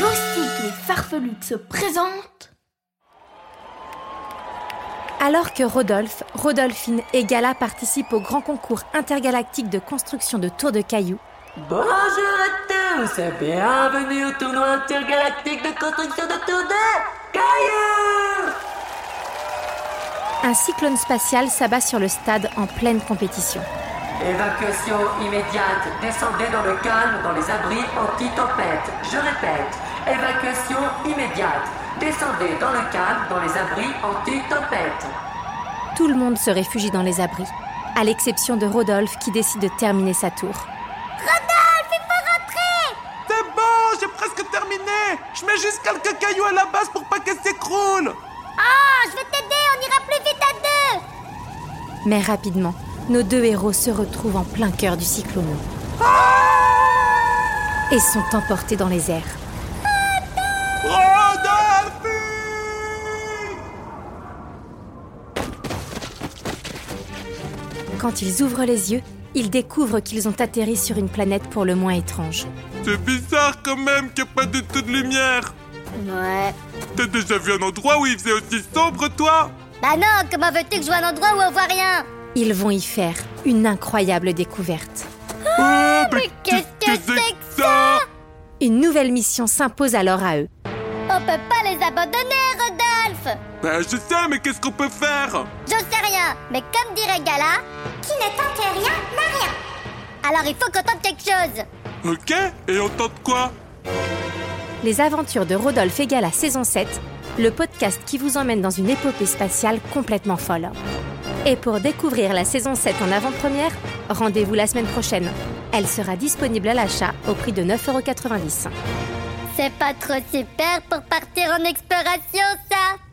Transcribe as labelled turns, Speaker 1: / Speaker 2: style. Speaker 1: L'hostique les farfelutes se présente.
Speaker 2: Alors que Rodolphe, Rodolphine et Gala participent au grand concours intergalactique de construction de tours de cailloux,
Speaker 3: Bonjour à tous et bienvenue au tournoi intergalactique de construction de tour de cailloux
Speaker 2: un cyclone spatial s'abat sur le stade en pleine compétition.
Speaker 3: Évacuation immédiate, descendez dans le calme dans les abris anti-tempête. Je répète, évacuation immédiate, descendez dans le calme dans les abris anti-tempête.
Speaker 2: Tout le monde se réfugie dans les abris, à l'exception de Rodolphe qui décide de terminer sa tour.
Speaker 4: C'est bon, j'ai presque terminé Je mets juste quelques cailloux à la base pour pas qu'elle s'écroule
Speaker 2: Mais rapidement, nos deux héros se retrouvent en plein cœur du cyclone et sont emportés dans les airs.
Speaker 4: Rodolphe
Speaker 2: Quand ils ouvrent les yeux, ils découvrent qu'ils ont atterri sur une planète pour le moins étrange.
Speaker 4: C'est bizarre quand même qu'il n'y a pas du tout de lumière
Speaker 5: Ouais.
Speaker 4: T'as déjà vu un endroit où il faisait aussi sombre, toi
Speaker 5: Bah non, comment veux-tu que je vois un endroit où on voit rien
Speaker 2: Ils vont y faire une incroyable découverte.
Speaker 4: Oh, mais
Speaker 5: qu'est-ce que c'est que
Speaker 4: ça
Speaker 2: Une nouvelle mission s'impose alors à eux.
Speaker 5: On peut pas les abandonner, Rodolphe
Speaker 4: Ben, je sais, mais qu'est-ce qu'on peut faire
Speaker 5: J'en sais rien, mais comme dirait Gala, qui ne tente rien n'a rien. Alors il faut qu'on tente quelque chose.
Speaker 4: Ok, et on tente quoi
Speaker 2: Les aventures de Rodolphe et Gala saison 7, le podcast qui vous emmène dans une épopée spatiale complètement folle. Et pour découvrir la saison 7 en avant-première, rendez-vous la semaine prochaine. Elle sera disponible à l'achat au prix de 9,90€.
Speaker 5: C'est pas trop super pour partir en exploration, ça